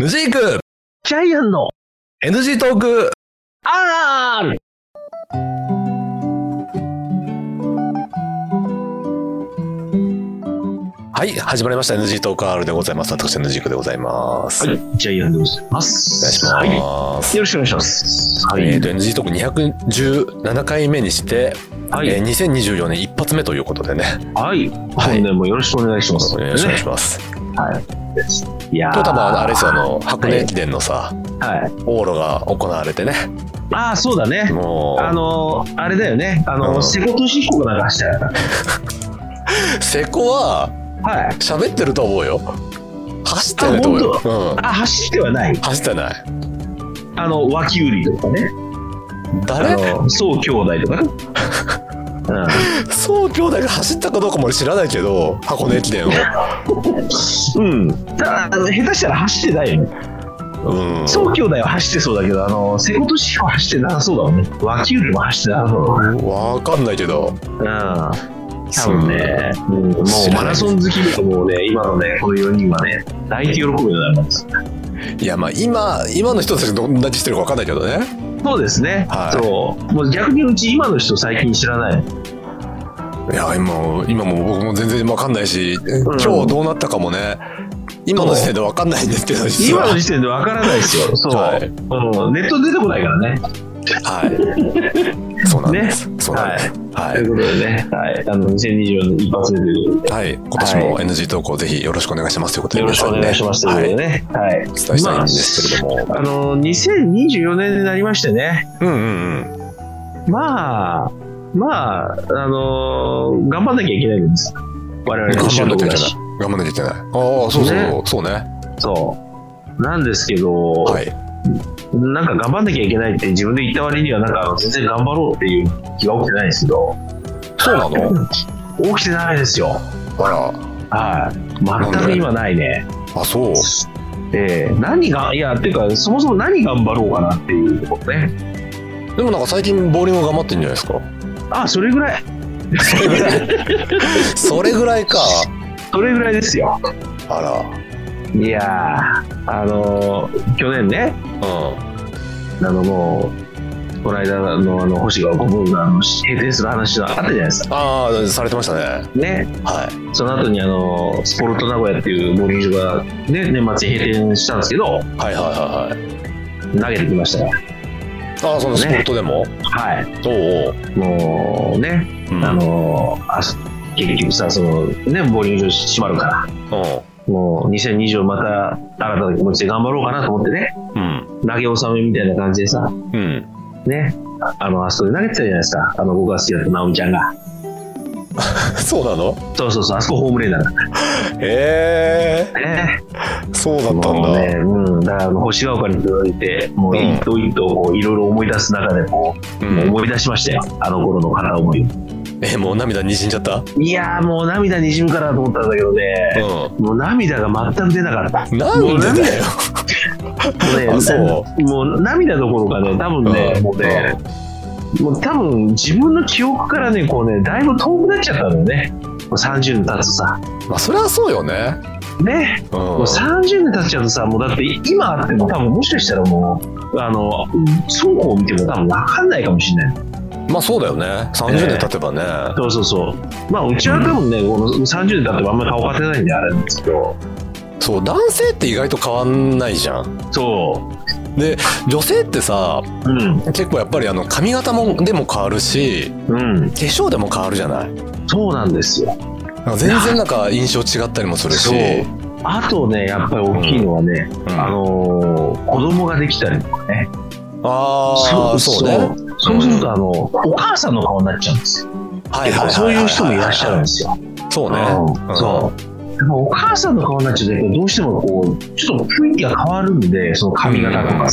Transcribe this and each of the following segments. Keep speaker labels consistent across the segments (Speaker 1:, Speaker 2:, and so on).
Speaker 1: ヌジーク
Speaker 2: ジャイアンの
Speaker 1: NG トーク
Speaker 2: R!
Speaker 1: はい、始まりました NG トーク R でございます。私、ヌジークでございます。お願
Speaker 2: い、ジャイアンでございます。
Speaker 1: いします。
Speaker 2: はい、よろしくお願いします。は
Speaker 1: えーと、NG トーク217回目にして、
Speaker 2: はい、
Speaker 1: えー2024年一発目ということでね、
Speaker 2: はい、本年もよろしくお願いします。
Speaker 1: お願いし
Speaker 2: ね
Speaker 1: ます。
Speaker 2: はい。いやー
Speaker 1: と、たまあ、あれですよ、あの、箱根駅伝のさ、
Speaker 2: はい。
Speaker 1: 往路が行われてね、
Speaker 2: ああ、そうだね。
Speaker 1: もう、
Speaker 2: あのー、あれだよね。あの
Speaker 1: う
Speaker 2: ー、
Speaker 1: ん
Speaker 2: 瀬古俊彦が流したよな。
Speaker 1: 瀬古は
Speaker 2: はい。
Speaker 1: 喋ってると思うよ。走ってないと思うよ。うん。
Speaker 2: あ、走ってはない。
Speaker 1: 走ってない。
Speaker 2: あの、脇売りとかね。あ
Speaker 1: 誰
Speaker 2: の、そう兄弟と かね。
Speaker 1: そう兄弟が走ったかどうかも俺知らないけど、箱根駅伝を。
Speaker 2: うん。うん。ただ、下手したら走ってないよね。
Speaker 1: うん。
Speaker 2: そう兄弟は走ってそうだけど、あのー、瀬古俊彦は走ってなさそうだもんね。脇売りも走ってなさそうだもんね。
Speaker 1: わかんないけど。
Speaker 2: うん。多分ね、うんもう
Speaker 1: 知らない
Speaker 2: マラソン好きだともうね、今のね、この4人はね、泣いて喜ぶようになります。
Speaker 1: いや、まあ今、今の人たちがどんなにしてるかわかんないけどね。
Speaker 2: そうですね、
Speaker 1: はい
Speaker 2: そう。もう逆にうち今の人最近知らない。
Speaker 1: いや、今、今も僕も全然わかんないし、今日どうなったかもね、今の時点でわかんないんですけど、実
Speaker 2: 今
Speaker 1: は。
Speaker 2: の時点でわからないですよ。そう、
Speaker 1: はい
Speaker 2: うん。ネット出てこないからね。
Speaker 1: はい。そうなんです。そうなんです。は
Speaker 2: とい
Speaker 1: い。
Speaker 2: うことでね、はい。あの、2024の一発目ということ
Speaker 1: はい。今年も NG 投稿ぜひよろしくお願いしますということ
Speaker 2: で、
Speaker 1: で、
Speaker 2: よろしくお願いしますと
Speaker 1: 皆
Speaker 2: い
Speaker 1: さ
Speaker 2: うんこ
Speaker 1: ね
Speaker 2: とで
Speaker 1: はい。
Speaker 2: ね、はい。
Speaker 1: お伝えしたいんですけれども。
Speaker 2: あの、2024年になりましてね、
Speaker 1: うんうんうん。
Speaker 2: まあ、まあ、あのー頑張んなきゃいけないんです。我々
Speaker 1: 頑
Speaker 2: 年
Speaker 1: 張んなきゃ
Speaker 2: 男
Speaker 1: いけ
Speaker 2: だ
Speaker 1: ない
Speaker 2: し。。
Speaker 1: 頑張んなきゃいけない。ああ、そうそうそう
Speaker 2: ね。
Speaker 1: そうね。
Speaker 2: そう。なんですけど、
Speaker 1: はい。
Speaker 2: なんか頑張んなきゃいけないって自分で言った割には、なんか全然頑張ろうっていう気が起きてないんですけど、
Speaker 1: そうなの
Speaker 2: 起きてないですよ。
Speaker 1: あら。
Speaker 2: はい。全く今ないね。
Speaker 1: あ、そう。
Speaker 2: ええ何が、いや、っていうか、そもそも何頑張ろうかなっていうことね。
Speaker 1: でもなんか最近ボーリング頑張ってんじゃないです か。
Speaker 2: あ、それぐらい。
Speaker 1: それぐらい。それぐらいか。
Speaker 2: それぐらいですよ。
Speaker 1: あら。
Speaker 2: いやー、あのー去年ね、
Speaker 1: うん。
Speaker 2: あのもう、この間のあの星が五分の閉店する話があったじゃないですか。
Speaker 1: ああ、されてましたね。
Speaker 2: ね、
Speaker 1: はい。
Speaker 2: その後にあのスポルト名古屋っていうボウリング場が、ね、年末に閉店したんですけど、
Speaker 1: はいはいはいはい。
Speaker 2: 投げてきましたよ。
Speaker 1: ああ、そのスポットでも。
Speaker 2: はい。
Speaker 1: おうおう。
Speaker 2: もうね、
Speaker 1: うん
Speaker 2: あのあ結局さ、そのね、ボウリング場閉まるから、もう2020また新たな気持ちで頑張ろうかなと思ってね、
Speaker 1: うん。
Speaker 2: 投げ納めみたいな感じでさ、
Speaker 1: うん。
Speaker 2: ね、ああの、あそこで投げてたじゃないですか。あの、僕が好きだった直美ちゃんが。
Speaker 1: そうなの
Speaker 2: そうそうそう、あそこホームレンだか
Speaker 1: へえ
Speaker 2: らね。
Speaker 1: そうだったん
Speaker 2: もうね、
Speaker 1: だ。
Speaker 2: うん、だからあの星ヶ丘に届いて、もう
Speaker 1: うん
Speaker 2: 一頭一頭こういろいろ思い出す中でこ
Speaker 1: う、
Speaker 2: う、もうん思い出しましたよ、あの頃の片思いを。
Speaker 1: え、もう涙にじんじゃった
Speaker 2: いやーもう涙にじむかなと思ったんだけどね、
Speaker 1: う
Speaker 2: もう涙が全く出なかった。
Speaker 1: ん。なんでだよ。
Speaker 2: もうね
Speaker 1: あ そう
Speaker 2: もう涙どころかね、多分ね、
Speaker 1: うん
Speaker 2: もうね、もう多分自分の記憶からね、こうね、だいぶ遠くなっちゃったんだよね。もう30年経つとさ。
Speaker 1: まあ、それはそうよね。
Speaker 2: ね。
Speaker 1: うん。
Speaker 2: もう30年経っちゃうとさ、もうだって今あっても多分もしかしたらもう、あの、倉庫を見ても多分わかんないかもしれない。
Speaker 1: まあ、そうだよね。30年経てばね。
Speaker 2: そうそうそう。まあうちは多分ね、この30年経ってもあんまり顔変わってないんであれなんですけど、
Speaker 1: そう、男性って意外と変わんないじゃん。
Speaker 2: そ
Speaker 1: で、女性ってさ、
Speaker 2: う。うん。
Speaker 1: 結構やっぱりあの髪型もでも変わるし
Speaker 2: うん。
Speaker 1: 化粧でも変わるじゃない
Speaker 2: そうなんですよ。
Speaker 1: なんか全然なんか印象違ったりもするし
Speaker 2: そう。あとね、やっぱり大きいのはね、
Speaker 1: うん
Speaker 2: あのー子供ができたりとかね。
Speaker 1: ああそうね
Speaker 2: そうそうすると、あの、お母さんの顔になっちゃうんですよ。
Speaker 1: は
Speaker 2: やっぱそういう人もいらっしゃるんですよ。
Speaker 1: そうね
Speaker 2: うんそう。でもお母さんの顔になっちゃうと、どうしてもこう、ちょっと雰囲気が変わるんで、その髪型とか。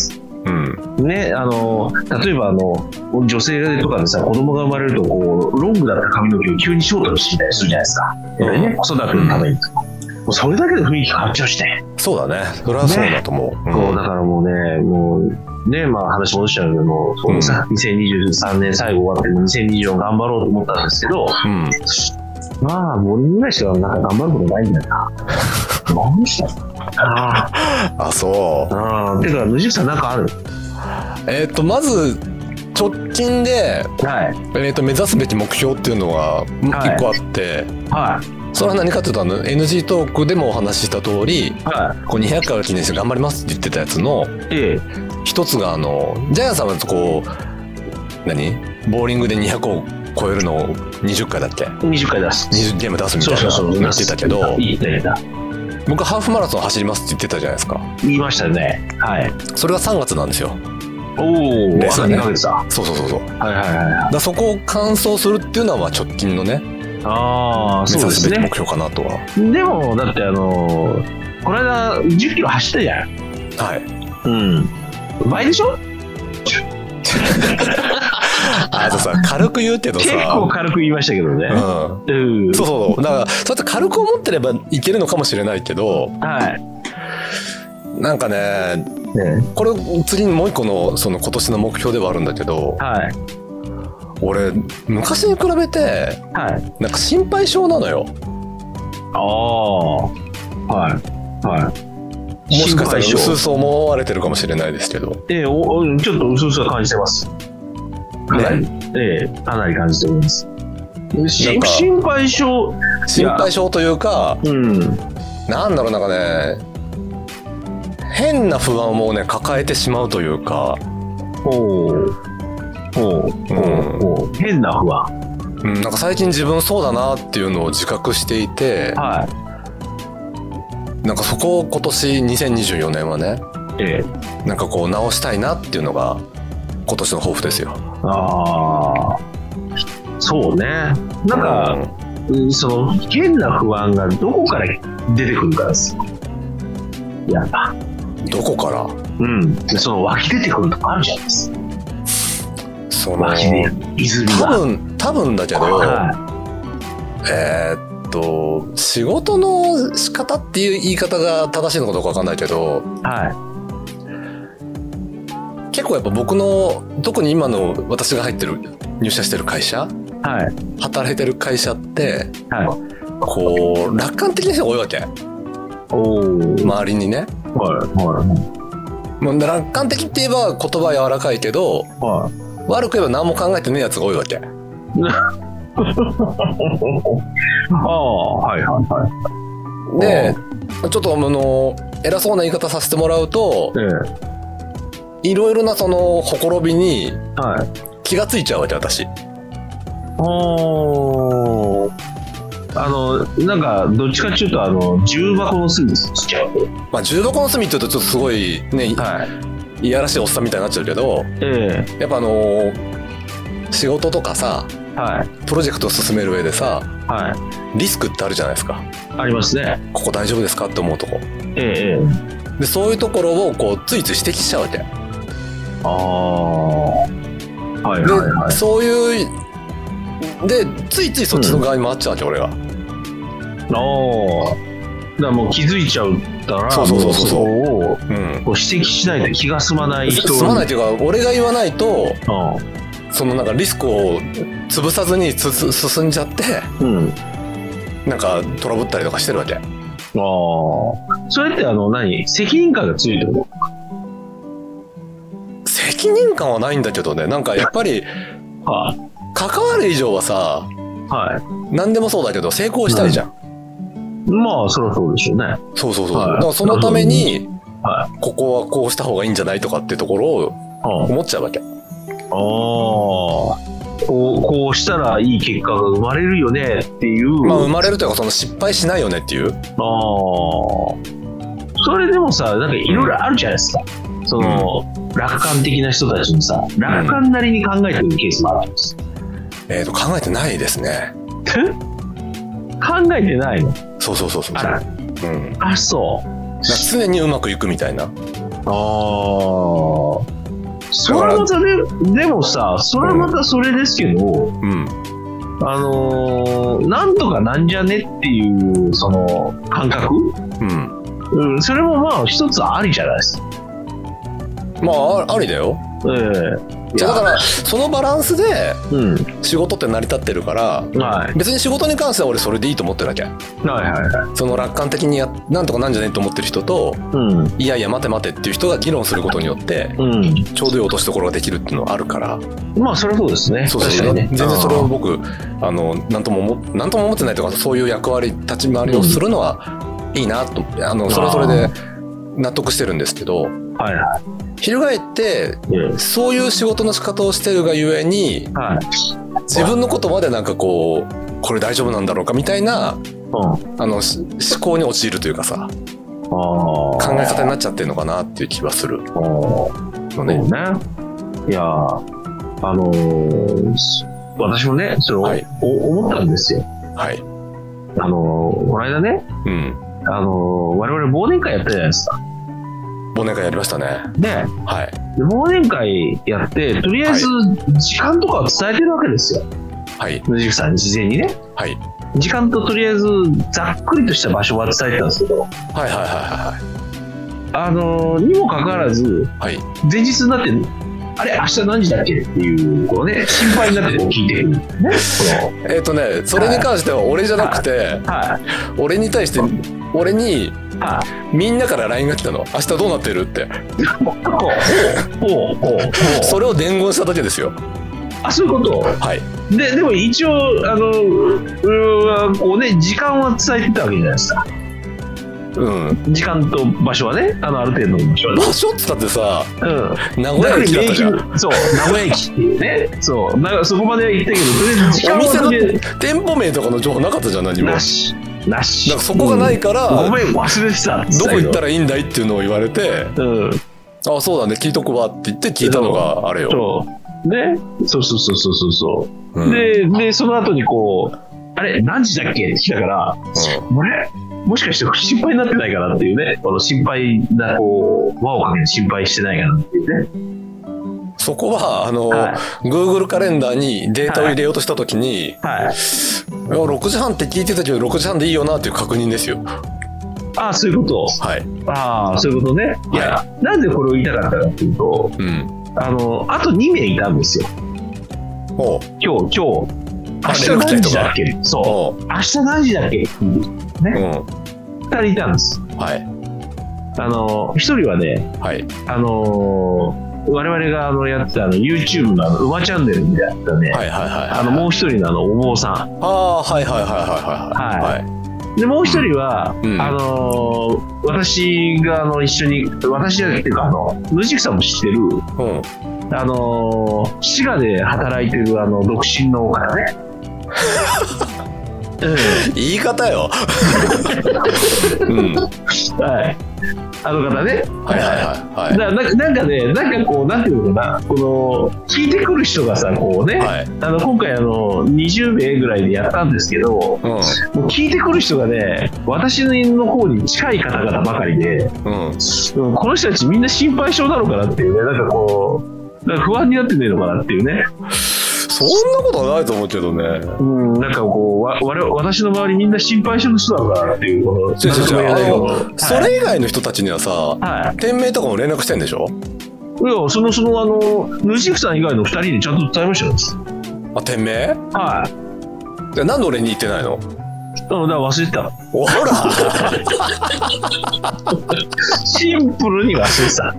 Speaker 1: うん
Speaker 2: ね、あの、例えばあの、女性とかでさ、子供が生まれると、こう、ロングだった髪の毛を急にショートにしてきたりするじゃないですか。
Speaker 1: うん
Speaker 2: やっぱりね、子育てのためにとか。もうそれだけで雰囲気変わっちゃうしね。
Speaker 1: そうだねそれはそうだと思う
Speaker 2: そうう、
Speaker 1: ん
Speaker 2: だからもうね、もう、ね、まあ話戻しちゃうけども、そうさ、2023年最後終わっても2024頑張ろうと思ったんですけど、
Speaker 1: うん
Speaker 2: まあ、森ぐらいしかなんか頑張ることないんだよな。何したのあ
Speaker 1: あ、そ
Speaker 2: あ、ああ。てか、野宿さんなんかある
Speaker 1: う。えっ、と、まず、直近で、
Speaker 2: はい。
Speaker 1: えっ、と、目指すべき目標っていうのが、
Speaker 2: はい
Speaker 1: 一個あって、
Speaker 2: はい。
Speaker 1: それは何かというと、あの、NG トークでもお話しした通り、
Speaker 2: は
Speaker 1: こう200回を記念して頑張りますって言ってたやつの、
Speaker 2: い。ええ。
Speaker 1: 一つが、あの、ジャイアンさんはこう、何ボーリングで200を超えるのを20回だっけ
Speaker 2: 20回出す。
Speaker 1: 20ゲーム出すみた
Speaker 2: そう
Speaker 1: い
Speaker 2: そう
Speaker 1: な言
Speaker 2: そう。
Speaker 1: ってたけど
Speaker 2: 言ってた。
Speaker 1: 僕ハーフマラソン走りますって言ってたじゃないですか
Speaker 2: 言いましたね。はい。
Speaker 1: それが3月なんですよ
Speaker 2: おお、
Speaker 1: で
Speaker 2: あ
Speaker 1: す
Speaker 2: と
Speaker 1: よね
Speaker 2: 2ヶ月だ。は
Speaker 1: そうそうそうそうだか
Speaker 2: いはいはいはい。
Speaker 1: らそこを完走するっていうのは直近のね
Speaker 2: ああ、
Speaker 1: 目
Speaker 2: そう
Speaker 1: 指
Speaker 2: ですす
Speaker 1: べき目
Speaker 2: ね。
Speaker 1: 標かなとは
Speaker 2: でも、だってあのー、この間10キロ走ったじゃん。
Speaker 1: はい
Speaker 2: うん。倍でしょ
Speaker 1: あ とさ軽く言うけどさ
Speaker 2: 結構軽く言いましたけどね。
Speaker 1: うん
Speaker 2: うん。
Speaker 1: そうそうそうだからそうやって軽く思ってればいけるのかもしれないけど
Speaker 2: はい。
Speaker 1: なんかね
Speaker 2: ね、
Speaker 1: これ次にもう一個のその今年の目標ではあるんだけど
Speaker 2: はい。
Speaker 1: 俺昔に比べて
Speaker 2: はい。
Speaker 1: なんか心配性なのよ
Speaker 2: ああ。はい。はい。
Speaker 1: もしかしたら
Speaker 2: 心配性
Speaker 1: 薄々思われてるかもしれないですけど
Speaker 2: ええおおちょっと薄々は感じてます。かなり、ええかなり感じております。
Speaker 1: なん
Speaker 2: し
Speaker 1: か
Speaker 2: 心配性、
Speaker 1: 心配性というか
Speaker 2: うん、
Speaker 1: なんだろうなんかね変な不安をね抱えてしまうというか、
Speaker 2: ほう、ほう、
Speaker 1: うん
Speaker 2: ほう、変な不安。
Speaker 1: うん、なんか最近自分そうだなっていうのを自覚していて
Speaker 2: は
Speaker 1: なんかそこを今年2024年はね
Speaker 2: い。ええ
Speaker 1: なんかこう直したいなっていうのが今年の抱負ですよ。
Speaker 2: ああ、そうね。なんか、うんその変な不安がどこから出てくるかです。やっ
Speaker 1: う
Speaker 2: ぱ、
Speaker 1: んどこから
Speaker 2: うん、その湧き出てくるとかあるじゃないですか。
Speaker 1: その
Speaker 2: 湧き出る、泉が。
Speaker 1: 多分多分だけど
Speaker 2: は
Speaker 1: えーっと仕事の仕方っていう言い方が正しいのかどうかわかんないけど
Speaker 2: い、は
Speaker 1: 結構やっぱ僕の特に今の私が入ってる入社してる会社
Speaker 2: い、はい、
Speaker 1: 働いてる会社って
Speaker 2: はい。
Speaker 1: こう楽観的な人が多いわけ
Speaker 2: おお、ま
Speaker 1: 周りにね
Speaker 2: あ、はい、は
Speaker 1: もう楽観的って言えば言葉は柔らかいけど
Speaker 2: い、は
Speaker 1: 悪く言えば何も考えてねえやつが多いわけ
Speaker 2: い。ああ、はい、はい、はい。
Speaker 1: でちょっとあの偉そうな言い方させてもらうと
Speaker 2: え
Speaker 1: いろいろなそのほころびに
Speaker 2: え、はい。
Speaker 1: 気がついちゃうわけ私
Speaker 2: おお。あの、なんか、どっちかっていうと、あの、重箱の隅にしちゃう。
Speaker 1: まあ重箱の隅って言うとちょっとすごいねい
Speaker 2: はい。
Speaker 1: いやらしいおっさんみたいになっちゃうけど
Speaker 2: え
Speaker 1: やっぱあの仕事とかさ
Speaker 2: えはい、
Speaker 1: プロジェクトを進める上でさ
Speaker 2: はい。
Speaker 1: リスクってあるじゃないですか
Speaker 2: ありますね。
Speaker 1: ここ大丈夫ですかって思うとこ
Speaker 2: ええええ
Speaker 1: でそういうところをこうついつい指摘しちゃうわけで、
Speaker 2: ああ。はい、はい、はい。
Speaker 1: そういうでついついそっちの側に回っちゃうわけ、俺が
Speaker 2: おお。だからもう気づいちゃうから、
Speaker 1: そうそうそうそう
Speaker 2: もこを
Speaker 1: うん
Speaker 2: こう指摘しないと気が済まない人
Speaker 1: すまないというか俺が言わないと
Speaker 2: う
Speaker 1: そのなんかリスクを潰さずにつつ進んじゃって
Speaker 2: ん。うん。
Speaker 1: なんかトラブったりとかしてるわけ
Speaker 2: ああ。それってあの何責任感が強いってこ
Speaker 1: 責任感はないんだけどねなんかやっぱり
Speaker 2: とはい。
Speaker 1: 関わる以上はさ
Speaker 2: はい。
Speaker 1: 何でもそうだけど成功したいじゃん、
Speaker 2: まあ、そりゃそうでしょうね。はい。
Speaker 1: そうそうそう、
Speaker 2: はい
Speaker 1: だからそのために
Speaker 2: あ
Speaker 1: ここはこうした方がいいんじゃないとかってところを
Speaker 2: あー。
Speaker 1: 思っちゃうわけ
Speaker 2: こう、こうしたらいい結果が生まれるよねっていう。
Speaker 1: まあ生
Speaker 2: あ
Speaker 1: まれるというかその失敗しないよねっていう
Speaker 2: あ。それでもさ、なんかいろいろあるじゃないですか。その、楽観的な人たちもさ、楽観なりに考えてるケースもあるんです。
Speaker 1: えー、と考えてないですね
Speaker 2: 考えてないの
Speaker 1: そうそうそうそう
Speaker 2: あら、
Speaker 1: うん、だか
Speaker 2: あ、そう。
Speaker 1: ら常にうまくいくみたいな
Speaker 2: ああ。それはまたね、でもさ、それはまたそれですけど、
Speaker 1: うん
Speaker 2: あのーなんとかなんじゃねっていう、その、感覚
Speaker 1: うん
Speaker 2: うん、それもまあ一つありじゃないですか。
Speaker 1: まああありだよ
Speaker 2: ええい
Speaker 1: そうだか
Speaker 2: や
Speaker 1: らそのバランスで
Speaker 2: うん。
Speaker 1: 仕事って成り立ってるから
Speaker 2: はい。
Speaker 1: 別に仕事に関しては俺それでいいと思ってるだけ
Speaker 2: はいはいはい。
Speaker 1: その楽観的にやなんとかなんじゃねえと思ってる人と
Speaker 2: うん。
Speaker 1: いやいや待て待てっていう人が議論することによって
Speaker 2: うん。
Speaker 1: ちょうどいい落としどころができるっていうのはあるから
Speaker 2: まあ、それはそうですね。
Speaker 1: そうそう
Speaker 2: 確かにね。
Speaker 1: 全然それを
Speaker 2: うん
Speaker 1: 僕あのなんとも思なんとも思ってないとかそういう役割立ち回りをするのはいいなとあのそれはそれで納得してるんですけど
Speaker 2: はいは
Speaker 1: 翻って
Speaker 2: い。うん
Speaker 1: そういう仕事の仕方をしてるがゆえに
Speaker 2: はい。
Speaker 1: 自分のことまでなんかこうこれ大丈夫なんだろうかみたいな
Speaker 2: うん。
Speaker 1: あのし思考に陥るというかさ
Speaker 2: ああ。
Speaker 1: 考え方になっちゃってるのかなっていう気はする
Speaker 2: うん
Speaker 1: のね。
Speaker 2: そうね。いやー、あのーす私もね、それを、
Speaker 1: はい
Speaker 2: お思ったんですよ。
Speaker 1: はい。
Speaker 2: あのーこの間ね、
Speaker 1: うん。
Speaker 2: あのー我々忘年会やったじゃないですか。
Speaker 1: 忘年会やりましたね。
Speaker 2: で、
Speaker 1: はい。
Speaker 2: で忘年会やって、とりあえず時間とかを伝えてるわけですよ。
Speaker 1: はい。
Speaker 2: 野宿さん、事前にね。
Speaker 1: はい。
Speaker 2: 時間ととりあえずざっくりとした場所は伝えてたんですけど、
Speaker 1: はいはいは
Speaker 2: あのーにもかかわらず、
Speaker 1: いはい。はい。
Speaker 2: 前日になって、あれ、明日何時だっけっていう、こうね、心配になってこう聞いてくる。ね、こ
Speaker 1: えっ、とね、それに関しては俺じゃなくて、
Speaker 2: のはい、
Speaker 1: 俺に対して、俺に
Speaker 2: はい。
Speaker 1: みんなから LINE が来たの。明日どうなってるって。
Speaker 2: ほうほうほうほう
Speaker 1: それを伝言しただけですよ。
Speaker 2: あそういうこと
Speaker 1: はい。
Speaker 2: ででも一応あの俺はこうね時間は伝えてたわけじゃないですか
Speaker 1: うん。
Speaker 2: 時間と場所はねあのある程度の場所はね
Speaker 1: 場所っつったってさ、
Speaker 2: うん
Speaker 1: 名古屋駅だったじゃん。
Speaker 2: そう名古屋駅っていうねそうなそこまでは行ったけどとりあえず時間
Speaker 1: お
Speaker 2: は
Speaker 1: 店の
Speaker 2: とりあえず
Speaker 1: 店舗名とかの情報なかったじゃん、何も。だ
Speaker 2: な
Speaker 1: か
Speaker 2: しなし
Speaker 1: らそこがないから、
Speaker 2: うんごめん忘れてた
Speaker 1: どこ行った
Speaker 2: ら
Speaker 1: らいいんだいっていうのを言われて、
Speaker 2: うん
Speaker 1: あ、そうだね、聞いとくわって言って聞いたのがあれよ。
Speaker 2: そうねそうそうそうそうそうそう
Speaker 1: うん、
Speaker 2: ででその後にこうあれ何時だっけって来たから、あれもしかして心配になってないかなっていうねこの心配なこう輪をかけて心配してないかなっていうね
Speaker 1: そこは、あの、
Speaker 2: は
Speaker 1: Google カレンダーにデータを入れようとしたときに、
Speaker 2: はい
Speaker 1: いや6時半って聞いてたけど、6時半でいいよなっていう確認ですよ。
Speaker 2: ああそういうこと
Speaker 1: はい。
Speaker 2: ああそういうことねいや、
Speaker 1: は
Speaker 2: なんでこれを言いたかったかっていうと
Speaker 1: うん。
Speaker 2: あのあと2名いたんですよ
Speaker 1: おう
Speaker 2: 今日今日明
Speaker 1: あ
Speaker 2: 日
Speaker 1: 連絡来た
Speaker 2: 何
Speaker 1: 人
Speaker 2: 時
Speaker 1: が
Speaker 2: だっけそ
Speaker 1: おう
Speaker 2: う明日何時だっけ2
Speaker 1: うん。
Speaker 2: 人いたんです
Speaker 1: はい。
Speaker 2: あの1人はね
Speaker 1: はい。
Speaker 2: あのー我々があのやってたあの YouTube のあの馬チャンネルみたいなね、
Speaker 1: はいはいはいはい。
Speaker 2: あのもう一人のあのお坊さん
Speaker 1: ああー、はいはいはいはいはい。はい。
Speaker 2: でもう一人は、
Speaker 1: うん
Speaker 2: あのー私があの一緒に私じゃなくてあの野宿さんも知ってる
Speaker 1: うん。
Speaker 2: あのー滋賀で働いてるあの独身の方 ねう
Speaker 1: 言い方よ。うん。はい
Speaker 2: んはいあの方ね
Speaker 1: はいはいはい。
Speaker 2: だななんかねなんかこうなんていうのかなこの聞いてくる人がさこうね、
Speaker 1: はい。
Speaker 2: あの今回あの20名ぐらいでやったんですけども
Speaker 1: う
Speaker 2: う聞いてくる人がね私の方に近い方々ばかりで、
Speaker 1: ん。うん。
Speaker 2: うんこの人たちみんな心配性なのかなっていうねなんかこうなんか不安になってねえのかなっていうね、
Speaker 1: そんなことはないと思うけどね。
Speaker 2: うん、なんかこうわ我々私の周りみんな心配性の人なのかなっていうこの
Speaker 1: そうそうそう
Speaker 2: なんとも言えないこの
Speaker 1: それ以外の人たちにはさ、
Speaker 2: はい、はい
Speaker 1: 店名とかも連絡してんでしょ
Speaker 2: いやそのそのあのヌジフさん以外の2人にちゃんと伝えましたよ
Speaker 1: あ、店名
Speaker 2: はい
Speaker 1: じゃあなんで俺に言ってないの
Speaker 2: うんだから忘れてた
Speaker 1: ほ ら
Speaker 2: シンプルに忘れてた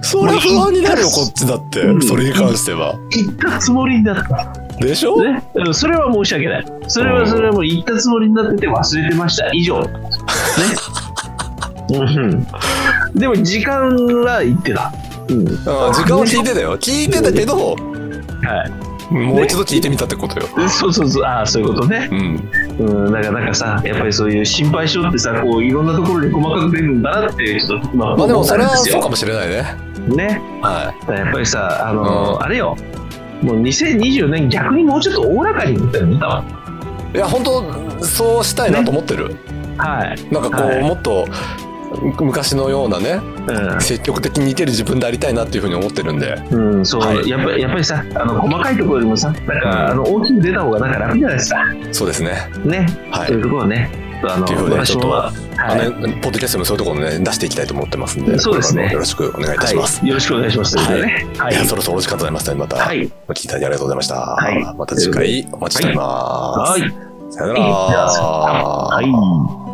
Speaker 1: それ不安になるよ、こっちだって。
Speaker 2: うん
Speaker 1: それに関しては。
Speaker 2: 言ったつもりになった
Speaker 1: でしょ、
Speaker 2: ね、うんそれは申し訳ない。それはそれはもう言ったつもりになってて忘れてました。以 上。ね。うんでも時間は言ってた。うん。
Speaker 1: うん、時間は聞いてたよ。聞いてたけど、
Speaker 2: は
Speaker 1: もう一度聞いてみたってことよ。
Speaker 2: い。そうそうそう。ああ、そういうことね。
Speaker 1: うん。
Speaker 2: うん。なんかなんかさ、やっぱりそういう心配性ってさ、こういろんなところに細かく出るんだなって、ちょっとま
Speaker 1: まあでもそれは
Speaker 2: 思ったんで
Speaker 1: そ
Speaker 2: す
Speaker 1: う
Speaker 2: よ
Speaker 1: かもしれないね。
Speaker 2: ね。
Speaker 1: は
Speaker 2: だからやっぱりさ、あのー
Speaker 1: うん
Speaker 2: あれよ。もう2024年逆にもうちょっとおおらかになったよね、多分
Speaker 1: い。いや、本当そうしたいなと思ってる。
Speaker 2: はい。
Speaker 1: なんかこう、
Speaker 2: はい
Speaker 1: もっと、昔のようなね積極的に似てる自分でありたいなっていうふうに思ってるんで
Speaker 2: うん、そう、
Speaker 1: はい
Speaker 2: やっぱやっぱりさあの細かいところよりもさなんかあの大きく出た方がなんか楽じゃないですか
Speaker 1: そうですね
Speaker 2: ね、
Speaker 1: は
Speaker 2: という
Speaker 1: い
Speaker 2: ところをねあの
Speaker 1: ということで
Speaker 2: 私
Speaker 1: ちょっと
Speaker 2: もはい
Speaker 1: あのポッドキャストもそういうところね出していきたいと思ってますんで
Speaker 2: そうですね
Speaker 1: これからもよろしくお願いいたします、
Speaker 2: はい、よろしくお願いします。
Speaker 1: はい
Speaker 2: ねはいい
Speaker 1: や。そろそろお時間となりましたのでまた、
Speaker 2: はい。
Speaker 1: お聞きいただきありがとうございました、
Speaker 2: はい
Speaker 1: また次回お待ちしております、
Speaker 2: はい。
Speaker 1: さよなら
Speaker 2: はい。